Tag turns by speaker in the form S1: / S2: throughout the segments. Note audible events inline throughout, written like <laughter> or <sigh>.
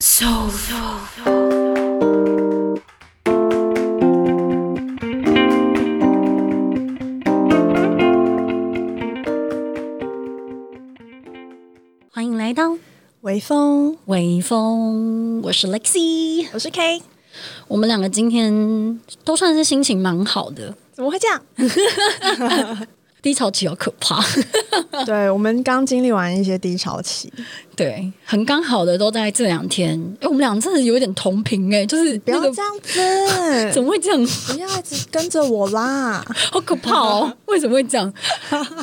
S1: So so so。欢迎来到
S2: 微风，
S1: 微风，我是 Lexi。
S2: 我是 K，
S1: 我们两个今天都算是心情蛮好的，
S2: 怎么会这样？
S1: 低潮期好可怕。
S2: <laughs>
S1: <laughs>
S2: 对我们刚经历完一些低
S1: <laughs>
S2: 潮期，
S1: 对，很刚好的都在这两天。哎、我们俩真的有点同频哎、就是
S2: 不
S1: 那
S2: 要
S1: 个
S2: 这样
S1: <laughs>
S2: 子，
S1: 怎么会这样？
S2: 不要一直跟着我啦。
S1: 好可怕哦！为什么会这样？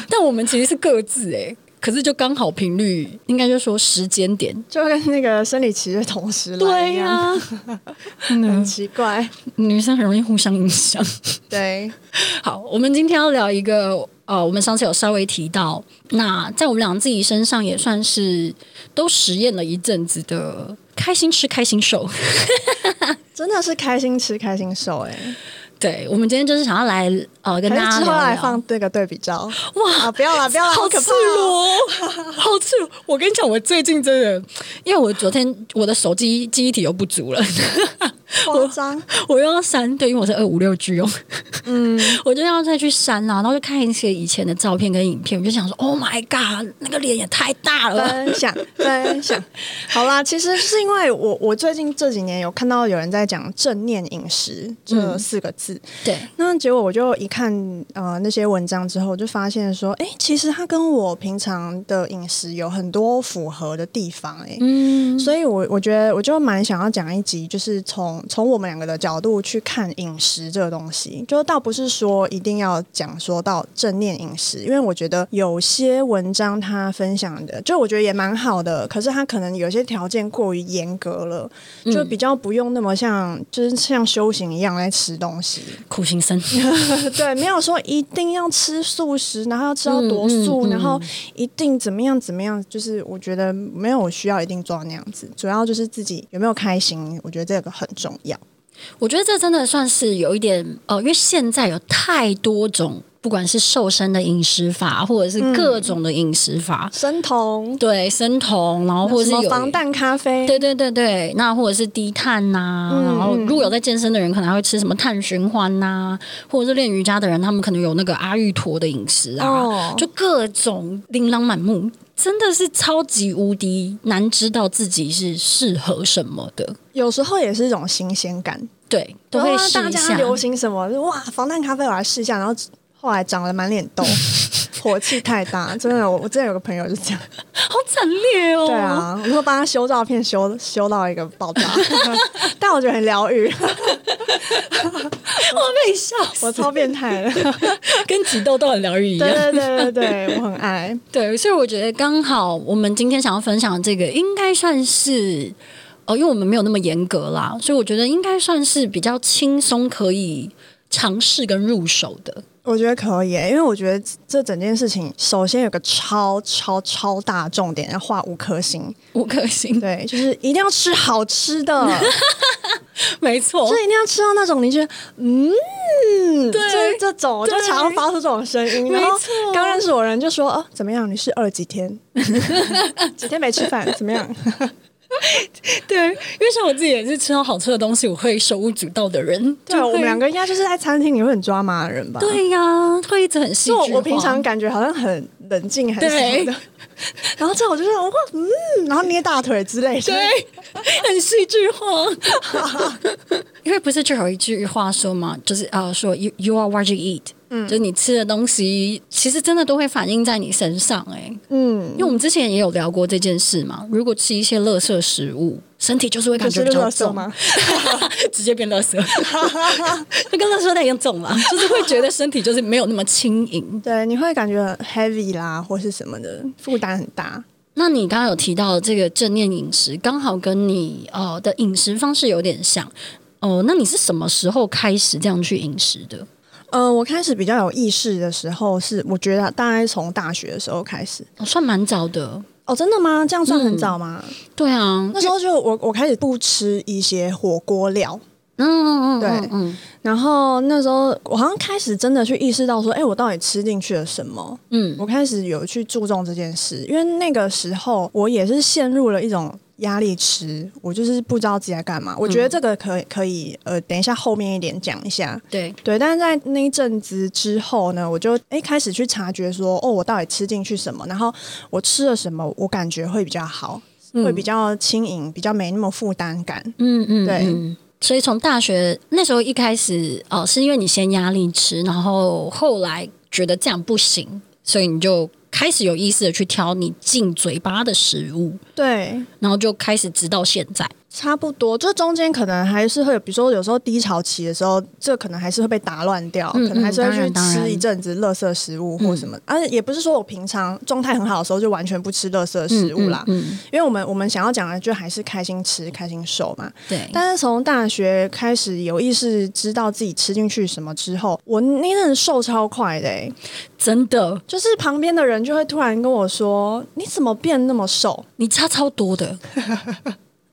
S1: 但我们其实是各自哎、可是就刚好频率，应该就说时间点。
S2: 就跟那个生理期的同时来一
S1: 呀、
S2: 样， <laughs>
S1: 真的
S2: 很奇怪。
S1: 女生很容易互相影响。
S2: 对，
S1: 好，我们今天要聊一个，呃，我们上次有稍微提到，那在我们俩自己身上也算是都实验了一阵子的开心吃开心瘦。 <laughs>
S2: 真的是开心吃开心瘦哎、欸，
S1: 对，我们今天就是想要来呃跟大
S2: 还
S1: 家聊
S2: 是之后来
S1: 聊
S2: 放这个对比照
S1: 哇
S2: 啊！
S1: <laughs>
S2: 不要啦，不要啦，
S1: 好
S2: 可
S1: 赤
S2: 怕哦、
S1: 裸哦，好赤裸！我跟你讲，我最近真的，因为我昨天我的手机记忆体又不足了， <laughs>
S2: 夸张。
S1: 我又要删，对，因为我是二五六 G 哦， <laughs>
S2: 嗯，
S1: 我就要再去删啊啦、然后就看一些以前的照片跟影片，我就想说，Oh my god，那个脸也太大了吧。
S2: 分享分享。好啦，其实是因为我我最近这几年有看到有人在讲正念饮食
S1: 嗯
S2: 这四个字，
S1: <laughs> 对，
S2: 那结果我就一看呃那些文章之后，我就发现说，哎、其实它跟我平常的饮食有很多符合的地方、诶。哎、
S1: 嗯，
S2: 所以我我觉得我就蛮想要讲一集，就是从从我们两个的角度去看饮食这个东西，就倒不是说一定要讲说到正念饮食，因为我觉得有些文章它分享的，就我觉得也蛮好的，可是它可能有些条件过于严格了，就比较不用那么像就是像修行一样在吃东西，
S1: 苦行僧，
S2: 对，没有说一定要吃素食，然后要吃到多素，
S1: 嗯嗯嗯
S2: 然后一定怎么样怎么样，就是我觉得没有需要一定做到那样子，主要就是自己有没有开心，我觉得这个很重要。
S1: 我觉得这真的算是有一点呃，因为现在有太多种，不管是瘦身的饮食法，或者是
S2: 嗯
S1: 各种的饮食法，
S2: 生酮，
S1: 对，生酮，然后或者
S2: 什
S1: 是
S2: 么
S1: 有
S2: 防弹咖啡，
S1: 对对对对，那或者是低碳呐、
S2: 嗯
S1: 然后
S2: 嗯
S1: 如果有在健身的人，可能还会吃什么碳循环呐、或者是练瑜伽的人，他们可能有那个阿育陀的饮食啊，
S2: 哦
S1: 就各种琳琅满目，真的是超级无敌难知道自己是适合什么的，
S2: 有时候也是一种新鲜感，
S1: 对，都会
S2: 然后
S1: 试
S2: 大
S1: 一
S2: 家
S1: 下。
S2: 流行什么，哇，防弹咖啡我来试一下，然后后来长了满脸
S1: <laughs>
S2: 痘，火气太大，真的，我我之前有个朋友就这样，
S1: 好惨烈哦！
S2: 对，啊，我说帮他修照片修修到一个爆炸，但我觉得很疗愈。
S1: <laughs> 我被笑死，
S2: 我超变态 <laughs> 的，
S1: 跟挤痘痘很疗愈一样
S2: 对。对对对
S1: <laughs>
S2: 对，我很爱。
S1: 对，所以我觉得刚好我们今天想要分享的这个，应该算是哦，因为我们没有那么严格啦，所以我觉得应该算是比较轻松可以尝试跟入手的。 <laughs>
S2: 我觉得可以耶、因为我觉得这整件事情，首先有个超超超大的重点，要画五颗星。
S1: 五颗星，
S2: 对，就是一定要吃好
S1: <laughs>
S2: 吃的，
S1: 没错
S2: 就，一定要吃到那种你觉得嗯，就是这种，我就
S1: 对
S2: 常常发出这种声音。然后
S1: 没错
S2: 刚认识我的人就说：“哦，怎么样？你是饿几天？
S1: <laughs>
S2: 几天没吃饭？怎么样？”
S1: 对，因为像我自己也是吃到好吃的东西，我会手舞足蹈的人。<laughs>
S2: 对，啊
S1: 就会
S2: 我们两个应该就是在餐厅，你会很抓马的人吧？。
S1: 对呀、会一直很戏
S2: 就
S1: 剧化。
S2: 我我平常感觉好像很冷静还是什
S1: <laughs>
S2: 么的，然后这我就觉得哇嗯，然后捏大腿之类的，
S1: 对，很戏剧化。 <laughs> 因为不是就有一句话说嘛，就是呃，说 you you are what you eat，嗯，就是你吃的东西，其实真的都会反映在你身上、欸。哎，
S2: 嗯
S1: 因，为我们之前也有聊过这件事嘛，如果吃一些垃圾食物，身体就是会感
S2: 可
S1: 觉
S2: 是
S1: 比较
S2: 乐色
S1: 重
S2: 吗？？
S1: <laughs> 直接变垃圾， <laughs> 就跟垃圾袋一样重嘛， <laughs> 就是会觉得身体就是没有那么轻盈。
S2: <laughs> 对，你会感觉很 heavy 啦，或是什么的，负担很大。
S1: 那你刚刚有提到这个正念饮食，刚好跟你呃的饮食方式有点像哦、那你是什么时候开始这样去饮食的？
S2: 嗯，我开始比较有意识的时候是，我觉得大概从大学的时候开始。
S1: 哦、算蛮早的，
S2: 哦，真的吗？这样算很早吗？
S1: 对啊，
S2: 那时候就我我开始不吃一些火锅料，
S1: 嗯嗯嗯，
S2: 对
S1: 嗯嗯
S2: 然后那时候我好像开始真的去意识到说，哎，我到底吃进去了什么？
S1: 嗯，
S2: 我开始有去注重这件事，因为那个时候我也是陷入了一种压力吃，我就是不知道自己在干嘛。我觉得这个可以可以呃，等一下后面一点讲一下。
S1: 对，
S2: 对，但是在那一阵子之后呢，我就哎开始去察觉说，哦，我到底吃进去什么，然后我吃了什么，我感觉会比较好，会比较轻盈，比较没那么负担感。
S1: 嗯嗯，
S2: 对
S1: 嗯所以从大学那时候一开始，哦，是因为你先压力吃，然后后来觉得这样不行，所以你就开始有意识的去挑你进嘴巴的食物，
S2: 对，
S1: 然后就开始直到现在。
S2: 差不多，就中间可能还是会有，比如说有时候低潮期的时候，这可能还是会被打乱掉，
S1: 嗯
S2: 可能还是会
S1: 嗯
S2: 去
S1: 当然当然嗯
S2: 吃一阵子垃圾食物或什么。而、且也不是说我平常状态很好的时候就完全不吃垃圾食物啦，
S1: 嗯，嗯
S2: 因为我们我们想要讲的就还是开心吃、开心瘦嘛。
S1: 对，
S2: 但是从大学开始有意识知道自己吃进去什么之后，我那阵子瘦超快的、欸，
S1: 真的，
S2: 就是旁边的人就会突然跟我说：“你怎么变那么瘦？”
S1: 你差超多的，
S2: <laughs>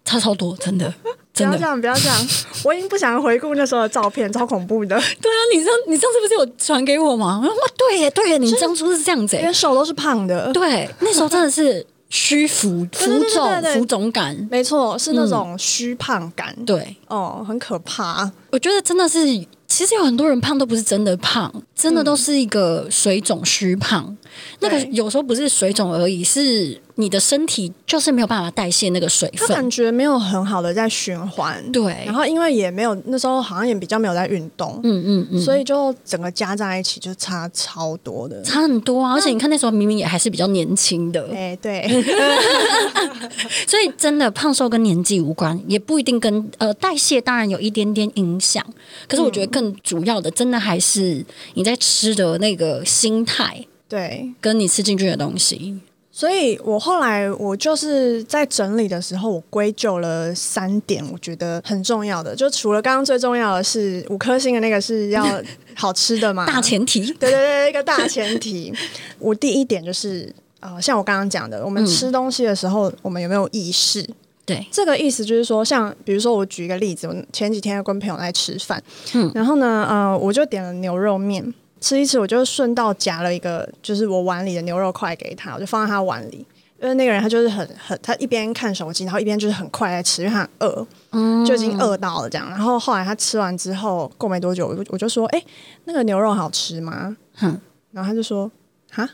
S1: 差超多，真的，
S2: 不
S1: 真
S2: 要
S1: 的
S2: 这。样，不要这样！我已经不想回顾那时候的照片，超恐怖的。
S1: 对啊，你上你上次不是有传给我吗？我说哇，对耶，对耶，你当初是这样子耶
S2: 因为，手都是胖的。
S1: 对，那时候真的是虚浮、浮
S2: <laughs> 对对对对
S1: 肿、
S2: 对
S1: 浮肿感，
S2: 没错，是那种虚胖感。
S1: 对。
S2: 哦，很可怕。
S1: 我觉得真的是，其实有很多人胖都不是真的胖，真的都是一个水肿虚胖。那个
S2: 嗯对
S1: 有时候不是水肿而已，是你的身体就是没有办法代谢那个水
S2: 就感
S1: 分。
S2: 觉没有很好的在循环。
S1: 对
S2: 然，后因为也没有那时候好像也比较没有在运动，
S1: 嗯嗯嗯，
S2: 所以就整个加在一起就差超多的。
S1: 差很多啊！而且你看那时候明明也还是比较年轻的，
S2: 哎、对， <laughs>
S1: 所以真的胖瘦跟年纪无关，也不一定跟呃代谢当然有一点点影响，可是我觉得更主要的，真的还是你在吃的那个心态
S2: 对，
S1: 跟你吃进去的东西。
S2: 所以我后来我就是在整理的时候，我归咎了三点，我觉得很重要的。就除了刚刚最重要的是五颗星的那个是要好吃的嘛， <laughs>
S1: 大前提，
S2: 对对对，一个大前
S1: <laughs>
S2: 提。我第一点就是，呃，像我刚刚讲的，我们
S1: 嗯
S2: 吃东西的时候，我们有没有意识？
S1: 对，
S2: 这个意思就是说，像比如说，我举一个例子，我前几天跟朋友在吃饭，
S1: 嗯
S2: 然后呢，呃，我就点了牛肉面，吃一吃，我就顺道夹了一个，就是我碗里的牛肉块给他，我就放在他碗里。因为那个人他就是很很，他一边看手机，然后一边就是很快在吃，因为他很饿，
S1: 嗯
S2: 就已经饿到了这样。然后后来他吃完之后，过没多久，我就我就说，哎、那个牛肉好吃吗？
S1: 哼
S2: 然后他就说，哈，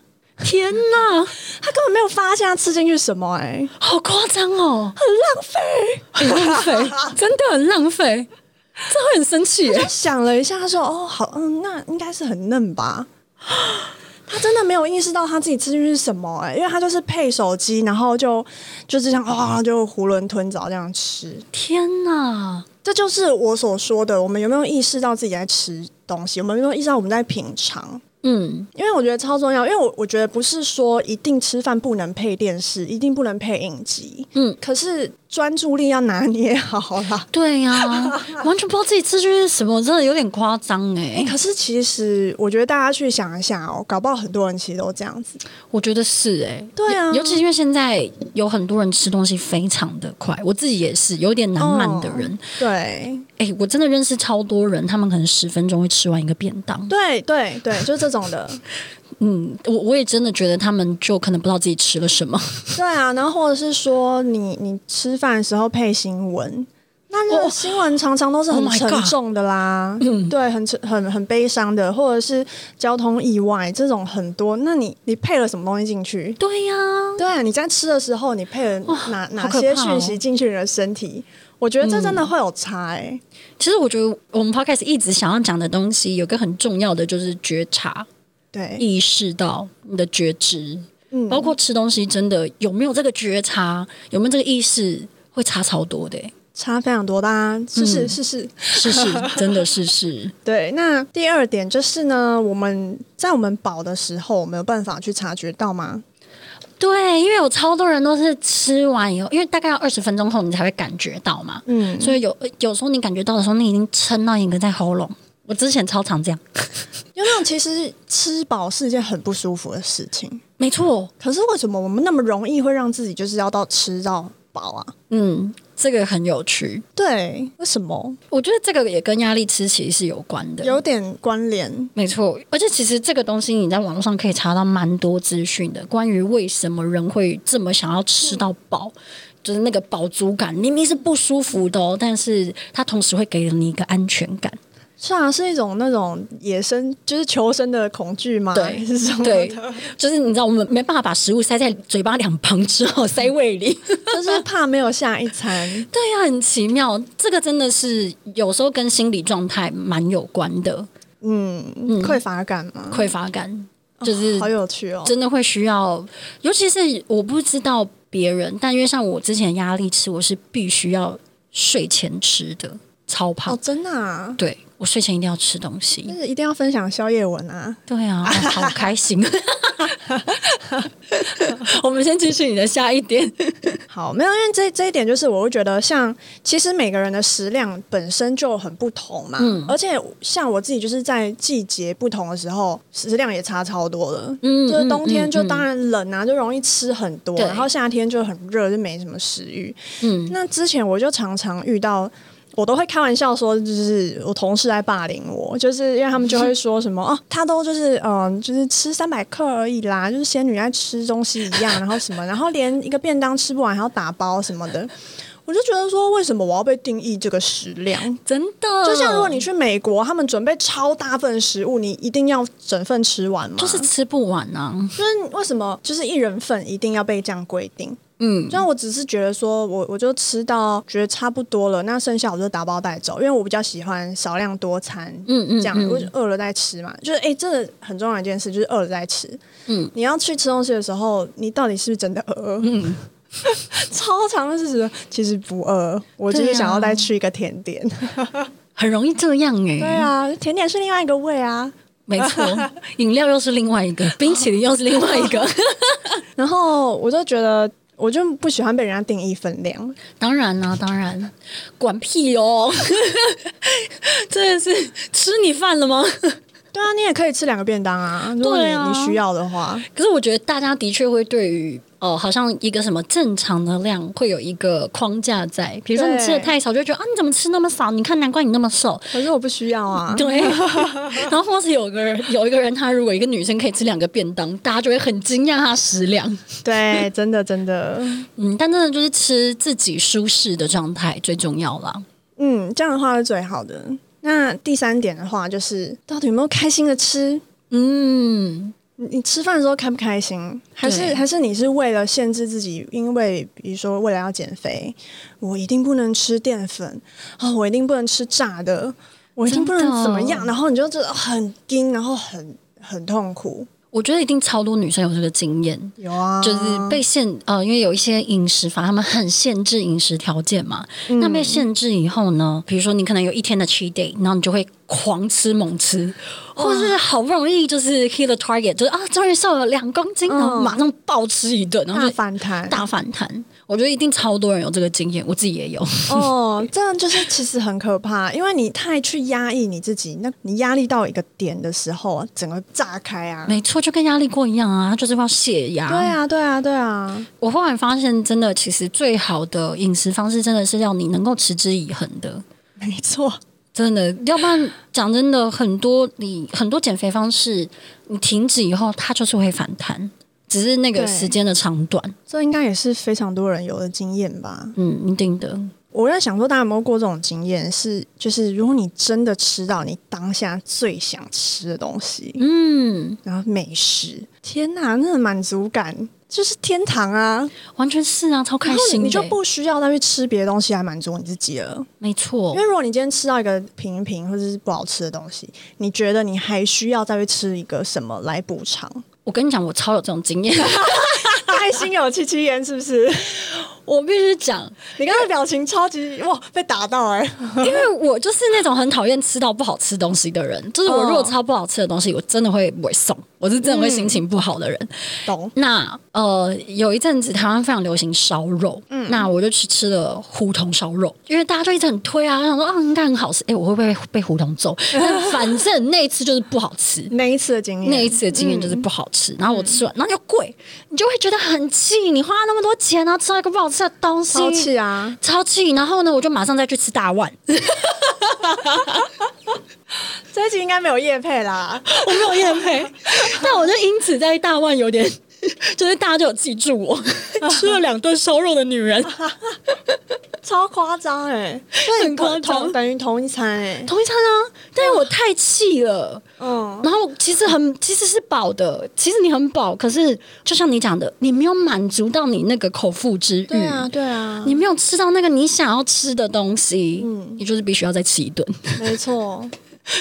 S1: 天哪，
S2: <laughs> 他根本没有发现他吃进去什么、哎， <laughs>
S1: 好夸张哦，很浪费，很 <laughs> 浪费，真的很浪费，这会很生气耶。
S2: 想了一下，他说：“哦，好，嗯，那应该是很嫩吧。” <gasps> 他真的没有意识到他自己吃进去是什么哎、因为他就是配手机，然后就就这样啊、就囫囵吞枣这样吃。
S1: 天哪，
S2: 这就是我所说的，我们有没有意识到自己在吃东西？我们有没有意识到我们在品尝？
S1: 嗯，
S2: 因为我觉得超重要，因为我我觉得不是说一定吃饭不能配电视，一定不能配影集，
S1: 嗯，
S2: 可是专注力要拿捏好 <laughs> 啦。
S1: 对呀、 <laughs> 完全不知道自己吃进去是什么，真的有点夸张哎
S2: 欸。可是其实我觉得大家去想一下哦，搞不好很多人其实都这样子。
S1: 我觉得是哎、
S2: 对啊
S1: 尤尤其是因为现在有很多人吃东西非常的快，我自己也是有点难慢的人。
S2: 对
S1: 哎、我真的认识超多人，他们可能十分钟会吃完一个便当。
S2: 对对对，就是这种的。
S1: 嗯，我我也真的觉得他们就可能不知道自己吃了什么。
S2: 对啊，然后或者是说你你吃饭的时候配新闻。那那个新闻常常都是很
S1: 哦 Oh my
S2: 沉
S1: God 嗯
S2: 重的啦，对，很沉很很悲伤的，或者是交通意外这种很多。那你你配了什么东西进去？
S1: 对呀、
S2: 对啊，你在吃的时候，你配了哪哪
S1: 好可
S2: 些
S1: 怕
S2: 讯
S1: 哦
S2: 息进去你的身体？我觉得这真的会有差哎、欸
S1: 其实我觉得我们 podcast 一直想要讲的东西，有个很重要的就是觉察，
S2: 对，
S1: 意识到你的觉知，
S2: 嗯
S1: 包括吃东西真的有没有这个觉察，有没有这个意识，会差超多的、 <laughs> 欸。
S2: 差非常多的、啊，是是
S1: 嗯
S2: 是是，
S1: 是是，真的是是，
S2: 对。那第二点就是呢，我们在我们饱的时候，我们有办法去察觉到吗？
S1: 对，因为有超多人都是吃完以后，因为大概要二十分钟后你才会感觉到嘛，
S2: 嗯，
S1: 所以有有时候你感觉到的时候，你已经撑到一个在喉咙。我之前超常这样，
S2: 有没有其实吃饱是一件很不舒服的事情？
S1: 没错，
S2: 可是为什么我们那么容易会让自己就是要到吃到饱啊？
S1: 嗯，这个很有趣。
S2: 对，为什么
S1: 我觉得这个也跟压力吃其实是有关的，
S2: 有点关联？
S1: 没错，而且其实这个东西你在网络上
S2: 嗯
S1: 可以查到蛮多资讯的，关于为什么人会这么想要吃到饱，就是那个饱足感，明明是不舒服的哦，但是它同时会给你一个安全感。
S2: 是啊，是一种那种野生，就是求生的恐惧吗？
S1: 对
S2: 还是什么
S1: 对
S2: 的？
S1: 就是你知道，我们没办法把食物塞在嘴巴两旁之后塞胃里。
S2: <laughs> 就是怕没有下一餐。
S1: <laughs> 对呀、很奇妙，这个真的是有时候跟心理状态蛮有关的，
S2: 嗯，匮乏感嘛，
S1: 匮乏感嗯就是
S2: 好有趣哦。
S1: 真的会需要，尤其是我不知道别人，但因为像我之前压力吃，我是必须要睡前吃的，超胖。
S2: 哦，嗯真的啊，
S1: 对我睡前一定要吃东西
S2: 就，是一定要分享宵夜文啊。
S1: 对
S2: <laughs>
S1: 啊，好开心。 <laughs> 我们先继续你的下一点，
S2: 好，没有，因为这这一点就是，我会觉得像其实每个人的食量本身就很不同嘛，
S1: 嗯
S2: 而且像我自己就是在季节不同的时候，食量也差超多了。
S1: 嗯
S2: 就是冬天就当
S1: 然，
S2: 然冷啊，就容易吃很多，
S1: 对
S2: 然后夏天就很热，就没什么食欲。
S1: 嗯，
S2: 那之前我就常常遇到。我都会开玩笑说，就是我同事在霸凌我，就是因为他们就会说什 <laughs> 么哦，他都就是嗯、就是吃三百克而已啦，就是仙女爱吃东西一样，然后什么，然后连一个便当吃不完还要打包什么的，我就觉得说，为什么我要被定义这个食量？
S1: 真的，
S2: 就像如果你去美国，他们准备超大份食物，你一定要整份吃完吗？
S1: 就是吃不完啊，
S2: 就是为什么就是一人份一定要被这样规定？
S1: 嗯，
S2: 虽然我只是觉得说我我就吃到觉得差不多了，那剩下我就打包带走，因为我比较喜欢少量多餐，
S1: 嗯嗯
S2: 这样
S1: 嗯
S2: 我就饿了再吃嘛。就是哎、诶这很重要一件事就是饿了再吃。
S1: 嗯，
S2: 你要去吃东西的时候，你到底是不是真的饿？
S1: 嗯，
S2: <laughs> 超长的事实其实不饿，我就
S1: 对
S2: 是
S1: 啊
S2: 想要再吃一个甜
S1: <laughs>
S2: 点。
S1: 很容易这样哎、
S2: 对啊，甜点是另外一个味啊。
S1: 没 <laughs> 错，饮料又是另外一个，冰淇淋又是另外一 <laughs> 个。
S2: 然后我就觉得。我就不喜欢被人家定义分量，
S1: 当然啦、当然，管屁哦！ <laughs> 真的是吃你饭了吗？
S2: 对啊，你也可以吃两个便当啊，如果你、
S1: 对啊
S2: 你需要的话。
S1: 可是我觉得大家的确会对于哦，好像一个什么正常的量会有一个框架在，比如说你吃的太少，就会觉得啊你怎么吃那么少？你看难怪你那么瘦。
S2: 可是我不需
S1: <laughs>
S2: 要啊。
S1: 对，然后或是有个人有一个人，他如果一个女生可以吃两个便当，大家就会很惊讶她食量。
S2: 对，真的真的，
S1: 嗯，但真的就是吃自己舒适的状态最重要啦。
S2: 嗯，这样的话是最好的。那第三点的话，就是到底有没有开心的吃？
S1: 嗯，
S2: 你你吃饭的时候开不开心？还
S1: 对
S2: 是还是你是为了限制自己？因为比如说为了要减肥，我一定不能吃淀粉啊、我一定不能吃炸的，我一定不
S1: 真的
S2: 能怎么样，然后你就觉得很惊，然后很很痛苦。
S1: 我觉得一定超多女生有这个经验，
S2: 有啊，
S1: 就是被限呃，因为有一些饮食法，他们很限制饮食条件嘛。那被限制以后呢，比如说你可能有一天的 cheat day，然后你就会狂吃猛吃，或是好不容易就是 hit the target，就是啊，终于瘦了两公斤，然后马上暴吃一顿，然后
S2: 大
S1: 就
S2: 反弹。
S1: 嗯大反弹。我觉得一定超多人有这个经验，我自己也有。
S2: 哦，这样就是其实很可怕，因为你太去压抑你自己，那你压力到一个点的时候，整个炸开啊！
S1: 没错，就跟压力锅一样啊，它就是要泄压。
S2: 对啊，对啊，对啊，
S1: 我后来发现，真的其实最好的饮食方式，真的是要你能够持之以恒的。
S2: 没错，
S1: 真的，要不然讲真的，很多你很多减肥方式，你停止以后，它就是会反弹，只是那个
S2: 对
S1: 时间的长短，
S2: 这应该也是非常多人有的经验吧。
S1: 嗯，一定的，
S2: 我在想说，大家有没有过这种经验？是就是，如果你真的吃到你当下最想吃的东西，
S1: 嗯，
S2: 然后美食，天哪，那个满足感就是天堂啊！
S1: 完全是啊，超开
S2: 然后你
S1: 心的、
S2: 你就不需要再去吃别的东西来满足你自己了。
S1: 没错
S2: 因，为如果你今天吃到一个平平或者是不好吃的东西，你觉得你还需要再去吃一个什么来补偿？
S1: 我跟你讲，我超有这种经验，
S2: <laughs> 开心有戚戚焉是不 <laughs> 是？
S1: 我必须讲，
S2: 你刚才表情超级哇被打到哎、
S1: 因为我就是那种很讨厌吃到不好吃东西的人，就是我如果
S2: 哦
S1: 吃到不好吃的东西，我真的会不会送，我是真的会
S2: 嗯
S1: 心情不好的人，
S2: 懂？
S1: 那呃，有一阵子台湾非常流行烧肉，嗯，那我就去吃了胡同烧肉，因为大家就一直很推啊，想说啊应该很好吃，哎、我会不会被胡同揍？
S2: <laughs>
S1: 但反正那一次就是不好吃。
S2: 那一次的经验，
S1: 那一次的经验就是不好吃，然后我吃完，然后又贵，你就会觉得很气，你花那么多钱，啊然后吃到一个不好吃的东西，
S2: 超气啊！
S1: 超气。然后呢，我就马上再去吃大碗，
S2: 这一集应该没有叶配啦， <laughs>
S1: 我没 <laughs> 有验配，但我就因此在大碗有点，就是大家就有记住我， <laughs> 吃了两顿烧肉的女人，
S2: 超夸张哎，所以你
S1: 很夸张
S2: 同等于同一餐哎、
S1: 同一餐啊！但是我太气了。
S2: 嗯，
S1: 然后其实很其实是饱的，其实你很饱，可是就像你讲的，你没有满足到你那个口腹之欲。
S2: 对啊，对啊，
S1: 你没有吃到那个你想要吃的东西，
S2: 嗯
S1: 你就是必须要再吃一顿。
S2: <laughs> 没错。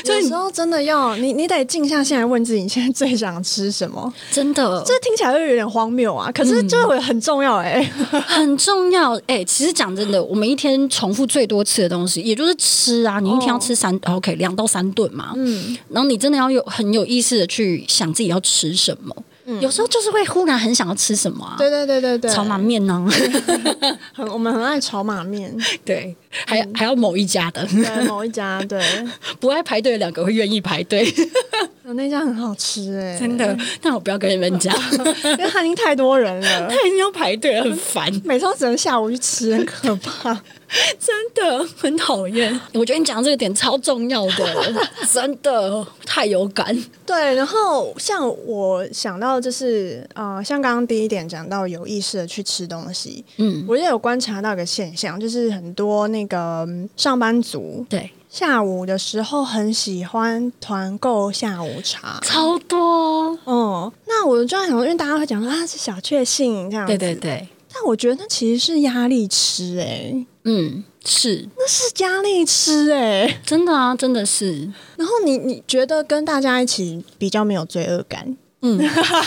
S1: 所以
S2: <laughs> 有
S1: 你
S2: 时候真的要你，你得静下心来问自己，你现在最想吃什么？
S1: 真的，
S2: 这听起来会有点荒谬啊，可是这会很重要哎、
S1: 很重要。哎、其实讲真的，我们一天重复最多吃的东西，也就是吃啊。你一天要吃三、o k 两到三顿嘛。
S2: 嗯，
S1: 然后你真的要有很有意识的去想自己要吃什么。有时候就是会忽然很想要吃什么啊，
S2: 对对对对对，
S1: 炒马面 <laughs> 呢、
S2: 很，我们很爱炒马面，
S1: 对，还还要某一家的，
S2: 对某一 <laughs> 家，对，
S1: 不爱排队的两个会愿意排队，
S2: 那家很好吃哎、
S1: 真的。 <laughs> 但我不要跟你们 <laughs> 讲，
S2: 因为它已经太多人了，
S1: 他已经要排队了，很烦。
S2: 每次都只能下午去吃，很可怕。
S1: 真的很讨厌。我觉得你讲这个点超重要的， <laughs> 真的太有感。
S2: <laughs> 对，然后像我想到就是呃，像刚刚第一点讲到有意识的去吃东西，
S1: 嗯，
S2: 我也有观察到一个现象，就是很多那个嗯上班族
S1: 对，
S2: 下午的时候很喜欢团购下午 <laughs> 茶。
S1: 超多。
S2: 哦、那我就在想，因为大家会讲说啊是小确幸这样子，
S1: 对对对，
S2: 但我觉得那其实是压力吃哎、
S1: 嗯，是
S2: 那是压力吃哎、
S1: <laughs> 真的啊，真的是。
S2: 然后你你觉得跟大家一起比较没有罪恶感？
S1: 嗯 <laughs>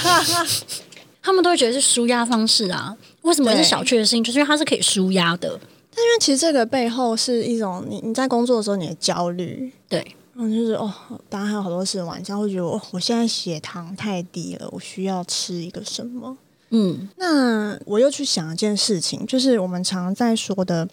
S1: 他们都会觉得是舒压方式啊。为什么
S2: 对
S1: 是小确幸？就是因为它是可以舒压的。
S2: 但因为其实这个背后是一种你你在工作的时候你的焦虑，
S1: 对，
S2: 嗯，就是哦，当然还有好多事，晚上会觉得哦，我现在血糖太低了，我需要吃一个什么？
S1: 嗯，
S2: 那我又去想一件事情，就是我们常在说的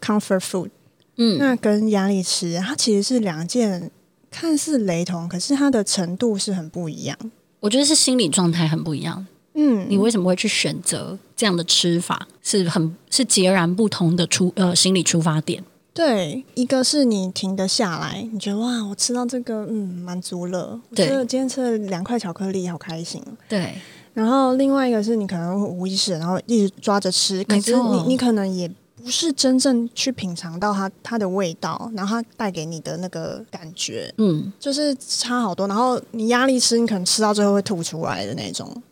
S2: comfort food，
S1: 嗯
S2: 那跟压力吃，它其实是两件看似雷同，可是它的程度是很不一样。
S1: 我觉得是心理状态很不一样。
S2: 嗯，
S1: 你为什么会去选择这样的吃法？是很是截然不同的出呃心理出发点。
S2: 对，一个是你停得下来，你觉得哇，我吃到这个，嗯，满足了。我
S1: 对
S2: 吃了今天吃了两块巧克力，好开心哦。
S1: 对，
S2: 然后另外一个是你可能会无意识，然后一直抓着吃，可
S1: 没
S2: 是
S1: 错
S2: 你你可能也不是真正去品尝到它它的味道，然后它带给你的那个感觉，
S1: 嗯，
S2: 就是差好多。然后你压力吃，你可能吃到最后会吐出来的那种。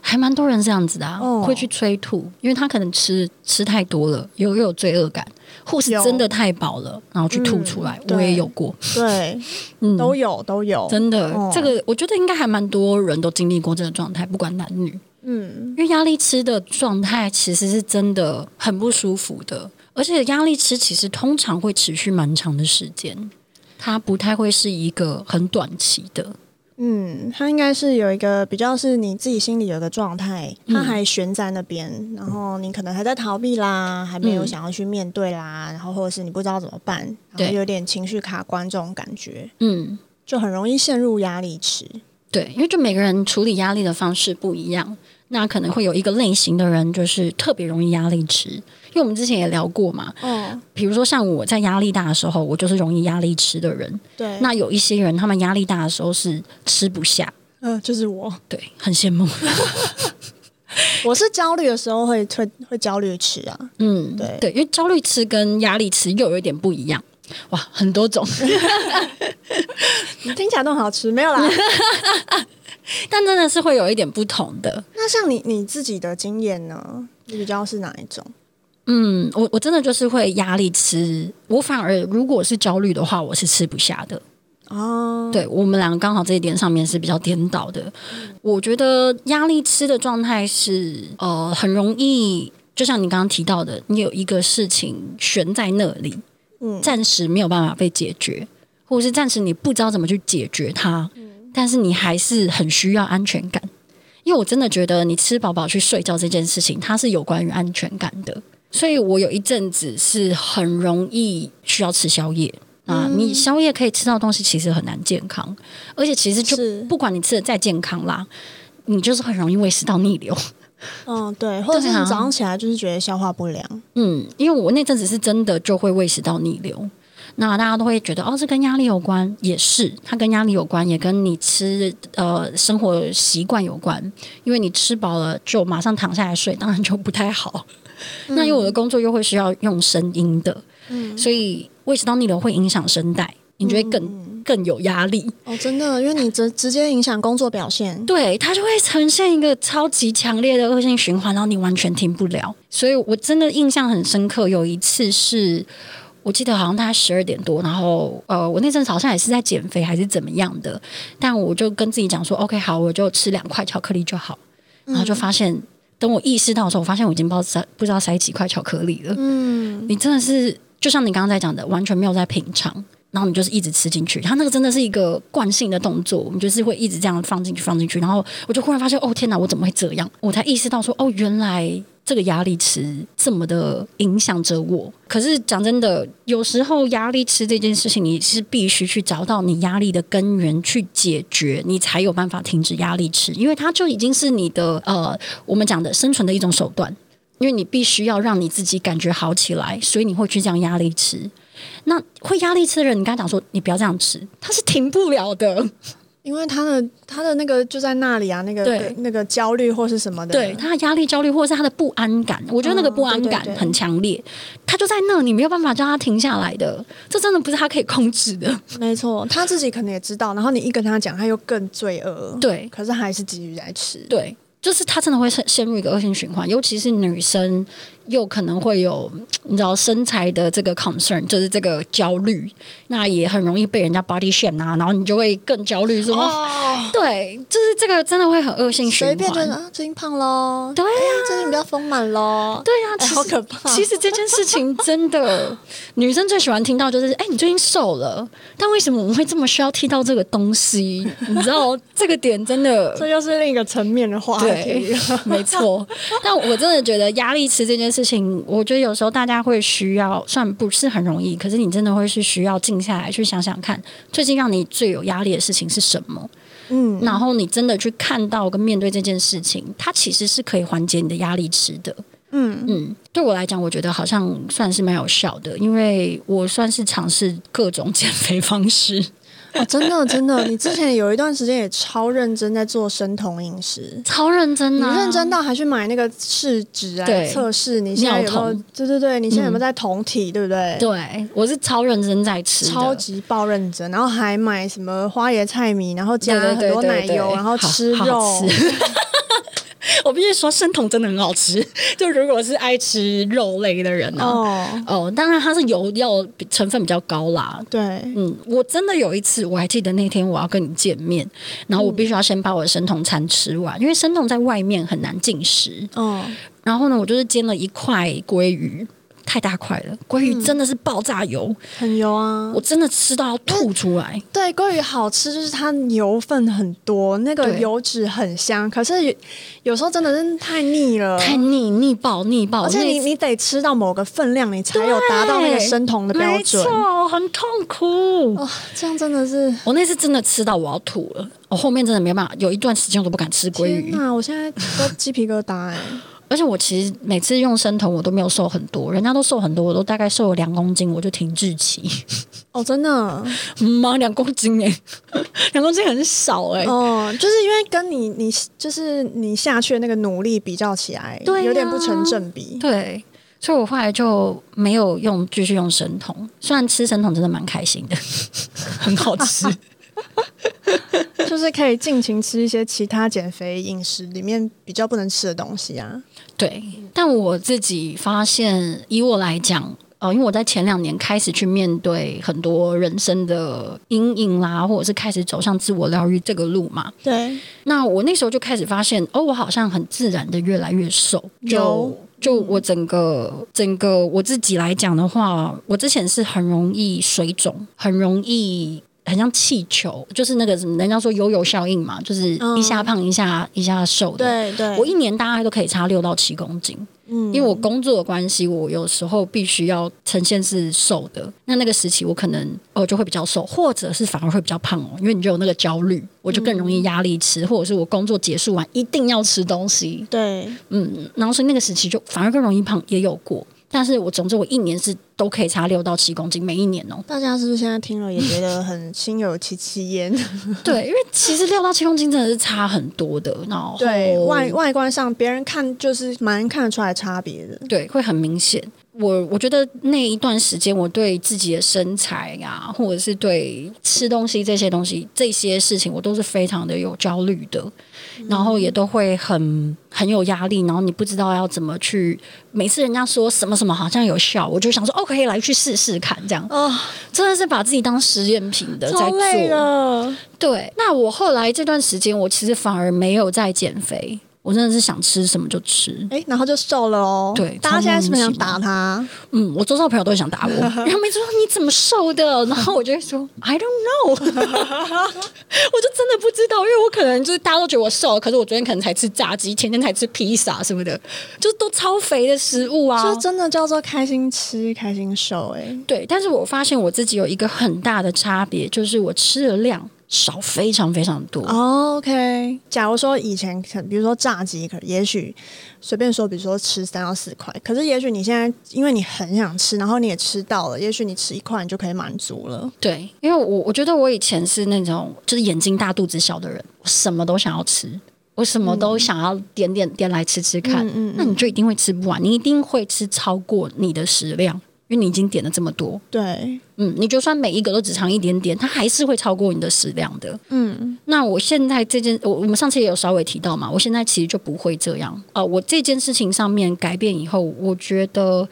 S1: 还蛮多人这样子的、啊，
S2: 哦
S1: 会去催吐，因为他可能吃吃太多了，有又有罪恶感，或是真的太饱了，然后去吐出来。
S2: 嗯
S1: 我也
S2: 对
S1: 有过，
S2: 对，
S1: 嗯，
S2: 都有都有，
S1: 真的，
S2: 哦
S1: 这个我觉得应该还蛮多人都经历过这个状态，不管男女，
S2: 嗯
S1: 因为压力吃的状态其实是真的很不舒服的，而且压力吃其实通常会持续蛮长的时间，它不太会是一个很短期的。
S2: 嗯，它应该是有一个比较是你自己心里有一个状态，它
S1: 嗯
S2: 还悬在那边，然后你可能还在逃避啦，还没有
S1: 嗯
S2: 想要去面对啦，然后或者是你不知道怎么办，然
S1: 对
S2: 后有点情绪卡关这种感觉。
S1: 嗯，
S2: 就很容易陷入压力池。
S1: 对，因为就每个人处理压力的方式不一样，那可能会有一个类型的人就是特别容易压力吃，因为我们之前也聊过嘛，
S2: 哦，
S1: 比如说像我在压力大的时候，我就是容易压力吃的人。
S2: 对，
S1: 那有一些人，他们压力大的时候是吃不下，
S2: 呃，就是我，
S1: 对，很羡慕。
S2: 我是焦虑的时候会会会焦虑吃啊，
S1: 嗯，
S2: 对
S1: 对，因为焦虑吃跟压力吃又有一点不一样。哇，很多种， <laughs>
S2: 听起来都很好吃，没有啦。
S1: 但真的是会有一点不同的。
S2: <laughs> 那像你你自己的经验呢？你比较是哪一种？
S1: 嗯，我我真的就是会压力吃，我反而如果是焦虑的话，我是吃不下的。
S2: 哦，
S1: 对我们两个刚好这一点上面是比较颠倒的。我觉得压力吃的状态是呃很容易，就像你刚刚提到的，你有一个事情悬在那里，
S2: 嗯
S1: 暂时没有办法被解决，或者是暂时你不知道怎么去解决它，但是你还是很需要安全感。因为我真的觉得你吃饱饱去睡觉这件事情，它是有关于安全感的。所以我有一阵子是很容易需要吃宵夜啊，你宵夜可以吃到的东西其实很难健康，而且其实就是不管你吃的再健康啦，你就是很容易胃食道逆流。
S2: 嗯，对，或者是
S1: 对
S2: 你
S1: 啊
S2: 早上起来就是觉得消化不良，
S1: 嗯，因为我那阵子是真的就会胃食道逆流。那大家都会觉得哦，这跟压力有关，也是它跟压力有关，也跟你吃呃生活习惯有关，因为你吃饱了就马上躺下来睡，当然就不太好。那因为我的工作又会需要用声音的，
S2: 嗯
S1: 所以胃食道逆流会影响声带，你就会更、更有压力。
S2: 哦，真的，因为你直直接影响工作表现。
S1: 对，它就会呈现一个超级强烈的恶性循环，然后你完全停不了。所以我真的印象很深刻，有一次是。我记得好像大概十二点多，然后呃，我那阵子好像也是在减肥还是怎么样的，但我就跟自己讲说，OK，好，我就吃两块巧克力就好。然后就发现，等我意识到的时候，我发现我已经不知道塞不知道塞几块巧克力了。
S2: 嗯，
S1: 你真的是就像你刚刚在讲的，完全没有在品尝，然后你就是一直吃进去。它那个真的是一个惯性的动作，我们就是会一直这样放进去，放进去。然后我就忽然发现，哦天哪，我怎么会这样？我才意识到说，哦，原来。这个压力池这么的影响着我，可是讲真的，有时候压力池这件事情，你是必须去找到你压力的根源去解决，你才有办法停止压力池，因为它就已经是你的呃，我们讲的生存的一种手段。因为你必须要让你自己感觉好起来，所以你会去这样压力吃。那会压力吃的人，你刚才讲说你不要这样吃，他是停不了的，
S2: 因为他的他的那个就在那里啊，那个
S1: 对
S2: 那个焦虑或是什么的，
S1: 对他的压力、焦虑或者是他的不安感，我觉得那个
S2: 嗯
S1: 不安感
S2: 对对对
S1: 很强烈，他就在那，你没有办法叫他停下来的，这真的不是他可以控制
S2: <laughs>
S1: 的。
S2: 没错，他自己可能也知道，然后你一跟他讲，他又更罪恶，，
S1: 对
S2: 可是还是继续在吃，
S1: 对，就是他真的会陷陷入一个恶性循环，尤其是女生又可能会有你知道身材的这个 concern，就是这个焦虑，那也很容易被人家 body shame 啊，然后你就会更焦虑说。
S2: 哦，
S1: 对，就是这个真的会很恶性循
S2: 随
S1: 环。
S2: 便觉得啊，最近胖喽，
S1: 对呀、
S2: 最近比较丰满喽，
S1: 对呀、啊其
S2: 哎
S1: 实
S2: 好可
S1: <laughs>
S2: 怕
S1: 其实这件事情真的，女生最喜欢听到就是，哎、你最近瘦了，但为什么我们会这么需要提到这个东西？你知道哦这个点真
S2: <laughs>
S1: 的
S2: 这又是另一个层面的话题
S1: 对。， <laughs> 没错。但我真的觉得压力吃这件事情，我觉得有时候大家会需要，虽然不是很容易，可是你真的会是需要静下来去想想看，最近让你最有压力的事情是什么。
S2: 嗯，
S1: 然后你真的去看到跟面对这件事情，它其实是可以缓解你的压力值的。
S2: 嗯
S1: 嗯，对我来讲，我觉得好像算是蛮有效的，因为我算是尝试各种减肥方式，
S2: 哦，真的真的，你之前有一段时间也超认真在做生酮饮食，
S1: 超认真
S2: 你
S1: 啊，
S2: 认真到还去买那个试纸来
S1: 对
S2: 测试你现在有没
S1: 尿
S2: 有
S1: 酮？
S2: 对对对，你现在有没有在酮体？对不对？
S1: 对，我是超认真在吃的，
S2: 超级爆认真，然后还买什么花椰菜米，然后加
S1: 对
S2: 很
S1: 对对
S2: 多
S1: 对
S2: 奶
S1: 对
S2: 油，然后
S1: 好
S2: 吃
S1: 好
S2: 肉。
S1: 吃 <laughs> 我必须说，生酮真的很好吃。就如果是爱吃肉类的人呢、哦
S2: 哦，
S1: 当然它是油要比成分比较高啦。
S2: 对，
S1: 嗯，我真的有一次，我还记得那天我要跟你见面，然后我必须要先把我的生酮餐吃完，因为生酮在外面很难进食。
S2: 哦，
S1: 然后呢，我就是煎了一块鲑鱼，太大块了，鲑鱼真的是爆炸油，
S2: 很油啊
S1: 我。真的吃到要吐出来。
S2: 对，鲑鱼好吃就是它油分很多，那个
S1: 对
S2: 油脂很香，可是有有时候真的是太腻了，
S1: 太腻腻爆腻爆，
S2: 而且你
S1: 那
S2: 你得吃到某个分量，你才有达到那个
S1: 对
S2: 生酮的标
S1: 没
S2: 准。
S1: 错，很痛苦。
S2: 哦，这样真的是
S1: 我那次真的吃到我要吐了，我后面真的没办法，有一段时间我都不敢吃鲑
S2: 天
S1: 鱼，
S2: 哪！我现在都鸡皮疙瘩 <laughs> 哎、
S1: 而且我其实每次用生酮我都没有瘦很多，人家都瘦很多，我都大概瘦了两公斤，我就停滞期。
S2: 哦，真的，
S1: 妈，两公斤哎、 <laughs> 两公斤很少哎、
S2: 哦，就是因为跟你你就是你下去的那个努力比较起来，
S1: 对啊
S2: 有点不成正比。
S1: 对，所以我后来就没有用继续用生酮，虽然吃生酮真的蛮开心的， <laughs> 很好吃。
S2: 就是可以尽情吃一些其他减肥饮食里面比较不能吃的东西啊。
S1: 对，但我自己发现，以我来讲，呃，因为我在前两年开始去面对很多人生的阴影啦，或者是开始走上自我疗愈这个路嘛。
S2: 对，
S1: 那我那时候就开始发现，哦，我好像很自然的越来越瘦，就
S2: 有
S1: 就我整个整个我自己来讲的话，我之前是很容易水肿，很容易。很像气球，就是那个什么，人家说悠悠效应嘛，就是一下
S2: 嗯
S1: 胖一下、一下瘦的。
S2: 对对
S1: 我一年大概都可以差六到七公斤，
S2: 嗯
S1: 因为我工作的关系，我有时候必须要呈现是瘦的。那那个时期，我可能哦就会比较瘦，或者是反而会比较胖哦，因为你就有那个焦虑，我就更容
S2: 嗯
S1: 易压力吃，或者是我工作结束完一定要吃东西，
S2: 对
S1: 嗯，然后所以那个时期就反而更容易胖，也有过。但是我总之我一年是都可以差六到七公斤，每一年
S2: <laughs>
S1: 哦、
S2: 大家是不是现在听了也觉得很心有戚戚 <laughs> 焉？
S1: 对，因为其实六到七公斤真的是差很多的，然后
S2: 对外外观上，别人看就是蛮看得出来差别的。
S1: 对，会很明显。我我觉得那一段时间，我对自己的身材啊，或者是对吃东西这些东西这些事情，我都是非常的有焦虑的，
S2: 嗯
S1: 然后也都会很很有压力，然后你不知道要怎么去。每次人家说什么什么好像有效，我就想说哦，可以来去试试看，这样
S2: 哦，
S1: 真的是把自己当实验品的在
S2: 超
S1: 做。
S2: 累了。
S1: 对，那我后来这段时间，我其实反而没有在减肥，我真的是想吃什么就吃。
S2: 哎，然后就瘦了哦。
S1: 对
S2: 大家现在是不是
S1: 超莫
S2: 想
S1: 名其妙
S2: 打他？
S1: 嗯，我周遭的朋友都很想打我，然后每次说你怎么瘦的，然后我就会说 I don't know，我就真的不知道，因为我可能就是大家都觉得我瘦了，可是我昨天可能才吃炸鸡，前天才吃披萨什么的，就是都超肥的食物啊，
S2: 就真的叫做开心吃，开心瘦。哎，
S1: 对，但是我发现我自己有一个很大的差别，就是我吃的量少非常非常多。
S2: 哦 OK，假如说以前可，比如说炸鸡，可也许随便说，比如说吃三到四块，可是也许你现在因为你很想吃，然后你也吃到了，也许你吃一块你就可以满足了。
S1: 对，因为我我觉得我以前是那种就是眼睛大肚子小的人，我什么都想要吃，我什么都想要点点点来吃吃看，
S2: 嗯
S1: 那你就一定会吃不完，你一定会吃超过你的食量，因为你已经点了这么多，
S2: 对，
S1: 嗯，你就算每一个都只尝一点点，它还是会超过你的食量的。嗯，那我现在这件，我我们上次也有稍微提到嘛，我现在其实就不会这样。呃，我这件事情上面改变以后，我觉得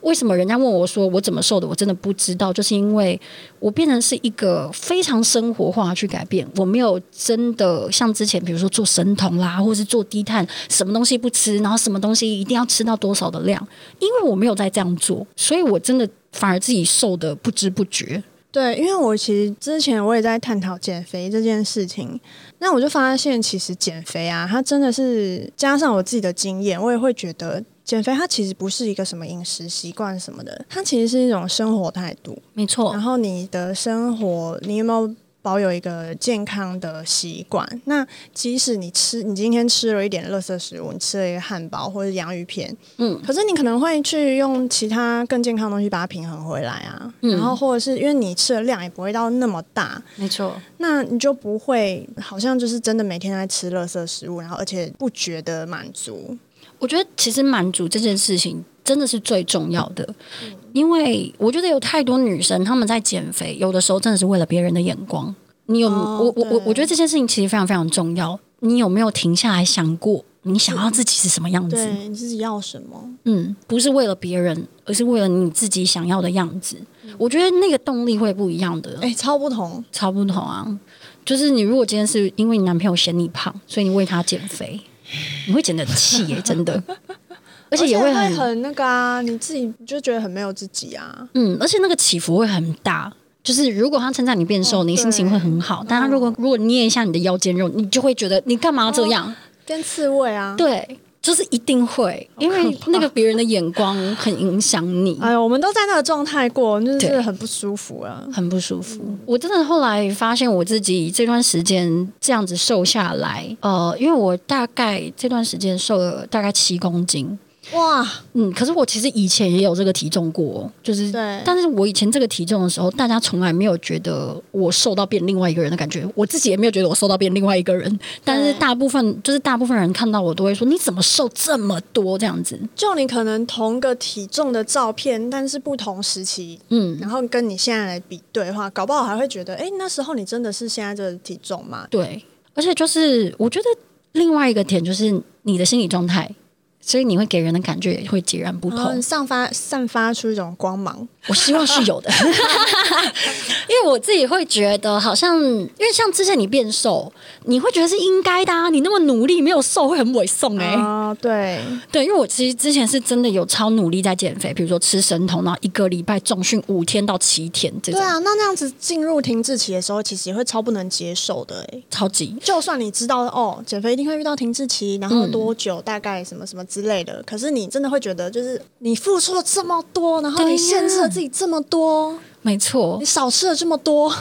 S1: 为什么人家问我说我怎么瘦的，我真的不知道，就是因为我变成是一个非常生活化去改变，我没有真的像之前，比如说做生酮啦，或是做低碳，什么东西不吃，然后什么东西一定要吃到多少的量，因为我没有在这样做，所以我真的反而自己瘦的不知不觉。
S2: 对，因为我其实之前我也在探讨减肥这件事情，那我就发现其实减肥啊，它真的是加上我自己的经验，我也会觉得减肥它其实不是一个什么饮食习惯什么的，它其实是一种生活态度。
S1: 没错
S2: 然，后你的生活，你有没有保有一个健康的习惯？那即使你吃，你今天吃了一点垃圾食物，你吃了一个汉堡或者洋芋片，
S1: 嗯，
S2: 可是你可能会去用其他更健康的东西把它平衡回来啊。
S1: 嗯
S2: 然后或者是因为你吃的量也不会到那么大，
S1: 没错，
S2: 那你就不会好像就是真的每天在吃垃圾食物，然后而且不觉得满足。
S1: 我觉得其实满足这件事情真的是最重要的，因为我觉得有太多女生她们在减肥，有的时候真的是为了别人的眼光。你有、
S2: 哦
S1: 我我我
S2: 对
S1: 我觉得这件事情其实非常非常重要。你有没有停下来想过，你想要自己是什么
S2: 嗯
S1: 样子？
S2: 对，你自己要什么？
S1: 嗯，不是为了别人，而是为了你自己想要的样子。我觉得那个动力会不一样的，
S2: 哎、超不同。
S1: 超不同啊。就是你如果今天是因为你男朋友嫌你胖，所以你为他减肥，你会减得很气耶、真 <laughs> 的。而
S2: 而
S1: 且也
S2: 会
S1: 会很
S2: 很那个啊，你自己就觉得很没有自己啊。
S1: 嗯，而且那个起伏会很大。就是如果他称赞你变瘦，
S2: 哦
S1: 你心情会很好；但他如果、如果捏一下你的腰间肉，你就会觉得你干嘛这样？
S2: 跟刺猬啊。，
S1: 对，就是一定会，因为那个别人的眼光很影响你。
S2: 哎呦，我们都在那个状态过，就是
S1: 对
S2: 很不舒服啊。
S1: 很不舒服。我真的后来发现我自己这段时间这样子瘦下来，呃，因为我大概这段时间瘦了大概七公斤，
S2: 哇，
S1: 嗯，可是我其实以前也有这个体重过，就是
S2: 对
S1: 但是我以前这个体重的时候，大家从来没有觉得我瘦到变另外一个人的感觉，我自己也没有觉得我瘦到变另外一个人，但是大部分就是大部分人看到我都会说你怎么瘦这么多这样子，
S2: 就你可能同个体重的照片，但是不同时期，
S1: 嗯，
S2: 然后跟你现在来比对的话，搞不好还会觉得，哎，那时候你真的是现在这个体重吗？
S1: 对，而且就是我觉得另外一个点就是你的心理状态，所以你会给人的感觉也会截然不
S2: 然后
S1: 同
S2: 你。散发散发出一种光芒，
S1: 我希望是
S2: <laughs>
S1: 有的，因为我自己会觉得好像，因为像之前你变瘦，你会觉得是应该的、啊，你那么努力没有瘦会很委送哎、
S2: 啊、对，
S1: 对，因为我其实之前是真的有超努力在减肥，比如说吃神童，然后一个礼拜重训五天到七天这
S2: 对
S1: 种，
S2: 啊，那那样子进入停滞期的时候，其实也会超不能接受的、哎，
S1: 超级
S2: 就算你知道哦，减肥一定会遇到停滞期，然后多久，大概什么什么之类的，可是你真的会觉得，就是你付出了这么多，然后
S1: 对
S2: 你
S1: 呀
S2: 限制了自己这么多，
S1: 没错
S2: 你。少吃了这么多，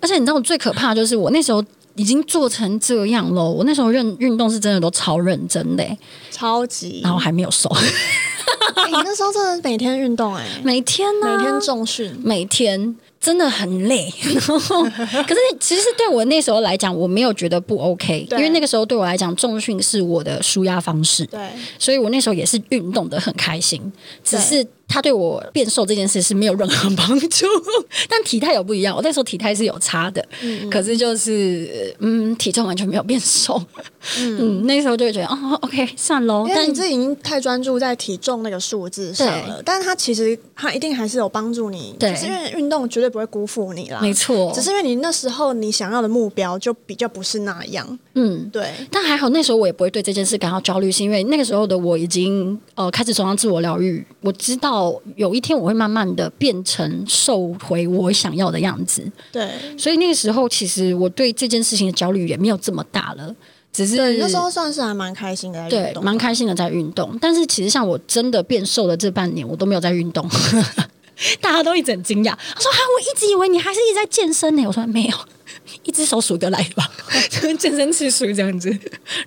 S1: 而且你知道我最可怕的就是我那时候已经做成这样喽，我那时候认运动是真的都超认真的欸、 <laughs>
S2: 超级
S1: 然后还没有瘦。
S2: 哎你那时候真的每天运动哎、
S1: 每天呢、
S2: 每天重训，
S1: 每天真的很累， <laughs> 然后可是其实对我那时候来讲，我没有觉得不 OK，因
S2: 对
S1: 为那个时候对我来讲，重训是我的舒压方式，
S2: 对
S1: 所以我那时候也是运动的很开心，只
S2: 对
S1: 是它对我变瘦这件事是没有任何帮助， <laughs> 但体态有不一样，我那时候体态是有差的，
S2: 嗯
S1: 可是就是嗯，体重完全没有变瘦， <laughs> 嗯那时候就会觉得哦，OK，算喽，
S2: 因为
S1: 但
S2: 你自己已经太专注在体重那个数字上了，但是它其实它一定还是有帮助你，
S1: 对
S2: 就是因为运动绝对不会辜负你啦，
S1: 没错
S2: 只是因为你那时候你想要的目标就比较不是那样，
S1: 嗯。
S2: 对，
S1: 但还好，那时候我也不会对这件事感到焦虑，是因为那个时候的我已经呃开始走上自我疗愈。我知道有一天我会慢慢的变成瘦回我想要的样子，
S2: 对。
S1: 所以那个时候其实我对这件事情的焦虑也没有这么大了，只是
S2: 对，那时候算是还蛮开心的在
S1: 嗯对
S2: 运动，
S1: 蛮开心的在运动。但是其实像我真的变瘦的这半年，我都没有在运动。 <laughs> 大家都一直很惊讶，他说：“哈、啊我一直以为你还是一直在健身呢、我说：“没有，一只手数得来吧， <laughs> 就是健身次数这样子。”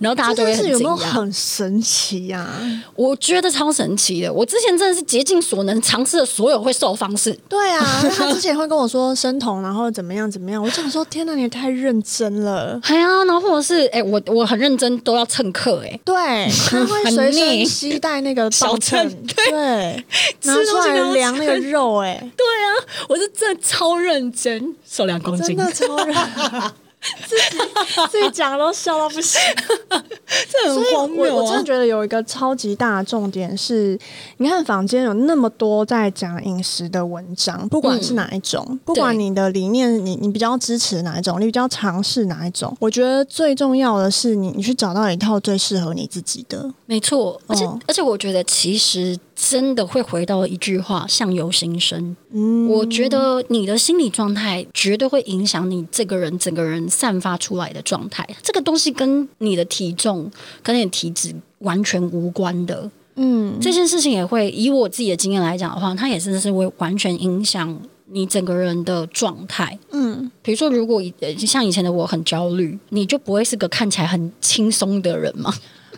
S1: 然后大家
S2: 这
S1: 都会
S2: 件
S1: 很
S2: 事
S1: 惊
S2: 有没有
S1: 讶。
S2: 很神奇呀、
S1: <laughs>
S2: 啊？
S1: 我觉得超神奇的。我之前真的是竭尽所能尝试了所有会瘦的方
S2: <laughs>
S1: 式，
S2: 对啊，因为他之前会跟我说生酮，然后怎么样怎么样，我想说天哪，你也太认真了。
S1: 哎呀，然后或者是哎、我我很认真都要蹭课哎、 <laughs>
S2: 对，他会
S1: 很
S2: 随身
S1: 腻
S2: 携带那个
S1: 小
S2: 磅秤
S1: 秤，
S2: 对，拿
S1: <laughs> 吃东
S2: 出
S1: 西
S2: 来
S1: 都要
S2: 量那个
S1: 称
S2: 肉、
S1: <laughs>
S2: 欸，
S1: 对啊，我是真的超认哦真，瘦两公
S2: 哎，真
S1: 斤，
S2: 的超认， <laughs> 自己自己讲都笑到不行。
S1: 这
S2: 所以
S1: 很荒
S2: 我
S1: 谬
S2: 我真的
S1: 啊！
S2: 觉得有一个超级大的重点是，你看坊间有那么多在讲饮食的文章，不管
S1: 嗯
S2: 是哪一种，不管你的理念，你你比较支持哪一种，你比较尝试哪一种，我觉得最重要的是你你去找到一套最适合你自己的。
S1: 没错，而且、
S2: 哦
S1: 而且我觉得其实真的会回到一句话“相由心生”
S2: 嗯，
S1: 我觉得你的心理状态绝对会影响你这个人整个人散发出来的状态，这个东西跟你的体重跟你的体脂完全无关的。
S2: 嗯，
S1: 这件事情也会以我自己的经验来讲的话，它也真的是会完全影响你整个人的状态。
S2: 嗯，
S1: 比如说，如果以呃像以前的我很焦虑，你就不会是个看起来很轻松的人嘛？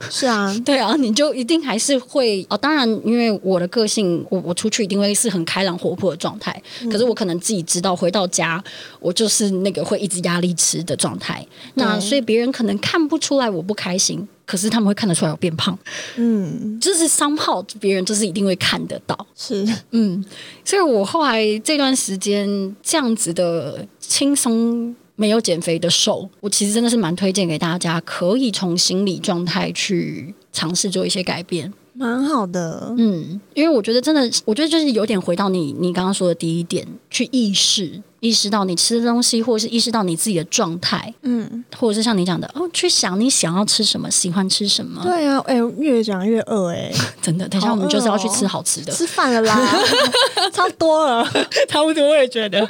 S2: 是啊，
S1: <laughs> 对啊，你就一定还是会哦。当然，因为我的个性，我我出去一定会是很开朗活泼的状态。可是我可能自己知道，回到家我就是那个会一直压力吃的状态。那
S2: 对
S1: 所以别人可能看不出来我不开心，可是他们会看得出来我变胖。
S2: 嗯，
S1: 就是商号，别人就是一定会看得到。
S2: 是，
S1: 嗯，所以我后来这段时间这样子的轻松没有减肥的瘦，我其实真的是蛮推荐给大家，可以从心理状态去尝试做一些改变。
S2: 蛮好的。
S1: 嗯，因为我觉得真的，我觉得就是有点回到你你刚刚说的第一点，去意识意识到你吃的东西，或者是意识到你自己的状态，
S2: 嗯，
S1: 或者是像你讲的哦，去想你想要吃什么，喜欢吃什么。
S2: 对啊，哎、越讲越饿哎、
S1: 真的，等一下我们就是要去
S2: 好饿哦
S1: 吃好吃的。
S2: 吃饭
S1: <laughs>
S2: 了啦，差不多了。
S1: 差不多，我也觉得， <laughs> 因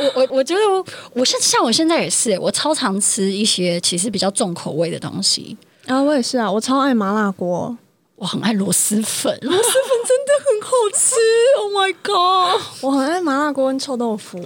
S1: 为我我我觉得我我现像我现在也是，欸我超常吃一些其实比较重口味的东西，
S2: 啊，我也是啊，我超爱麻辣锅。
S1: 我很爱螺蛳粉，螺蛳粉真的很好吃，Oh my god！
S2: 我很爱麻辣锅跟臭豆腐，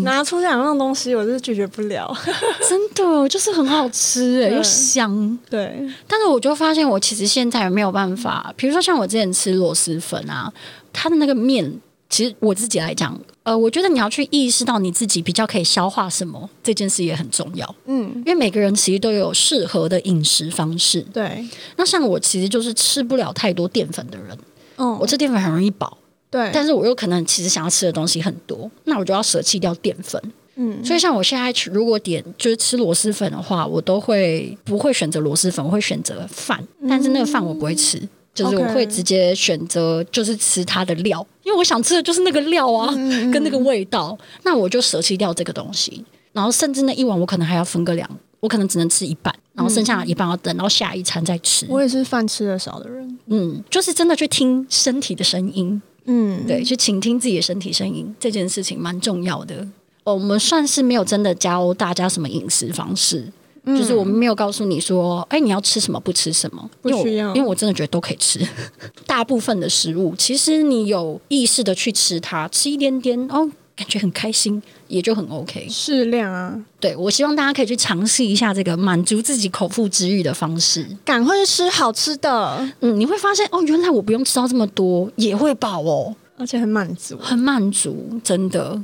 S1: <laughs>
S2: 拿出这两样东西，我是拒绝不了。 <laughs>
S1: 真的就是很好吃哎、
S2: 对
S1: 又香。
S2: 对，
S1: 但是我就发现我其实现在没有办法，比如说像我之前吃螺蛳粉啊，它的那个面，其实我自己来讲，呃，我觉得你要去意识到你自己比较可以消化什么，这件事也很重要，
S2: 嗯，
S1: 因为每个人其实都有适合的饮食方式。
S2: 对，
S1: 那像我其实就是吃不了太多淀粉的人，
S2: 嗯，
S1: 我吃淀粉很容易饱，
S2: 对，
S1: 但是我又可能其实想要吃的东西很多，那我就要舍弃掉淀粉。
S2: 嗯，
S1: 所以像我现在吃，如果点就是吃螺蛳粉的话，我都会不会选择螺蛳粉，我会选择饭，但是那个饭我不会吃。就是我
S2: OK
S1: 会直接选择，就是吃它的料，因为我想吃的就是那个料啊，跟那个味道。那我就舍弃掉这个东西，然后甚至那一碗我可能还要分个两，我可能只能吃一半，然后剩下一半要等到下一餐再吃。
S2: 我也是饭吃的少的人。
S1: 嗯，就是真的去听身体的声音，
S2: 嗯，
S1: 对，去倾听自己的身体声音，这件事情蛮重要的。哦我们算是没有真的教大家什么饮食方式，就是我们没有告诉你说，哎，你要吃什么，不吃什么，
S2: 不
S1: 因为我
S2: 需要
S1: 因为我真的觉得都可以吃。 <laughs> 大部分的食物，其实你有意识的去吃它，吃一点点哦。感觉很开心，也就很 OK。
S2: 适量啊，
S1: 对我希望大家可以去尝试一下这个满足自己口腹之欲的方式。
S2: 赶快去吃好吃的，
S1: 嗯，你会发现哦，原来我不用吃到这么多也会饱哦，
S2: 而且很满足。
S1: 很满足，真的。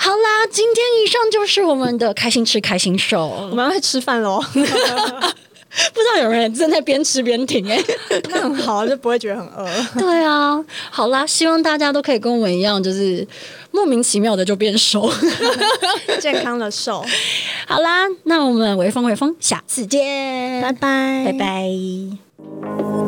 S1: 好啦，今天以上就是我们的开心吃开心
S2: 我
S1: 瘦，
S2: 们要去吃饭 <laughs> 喽，
S1: 不知道有人正在边吃边听哎、 <laughs>
S2: 那很好，就不会觉得很 <laughs> 饿。
S1: 对啊，好啦，希望大家都可以跟我们一样，就是莫名其妙的就变瘦。 <laughs>
S2: 健康的瘦，
S1: 好啦，那我们微风微风，下次见，
S2: 拜，
S1: 拜拜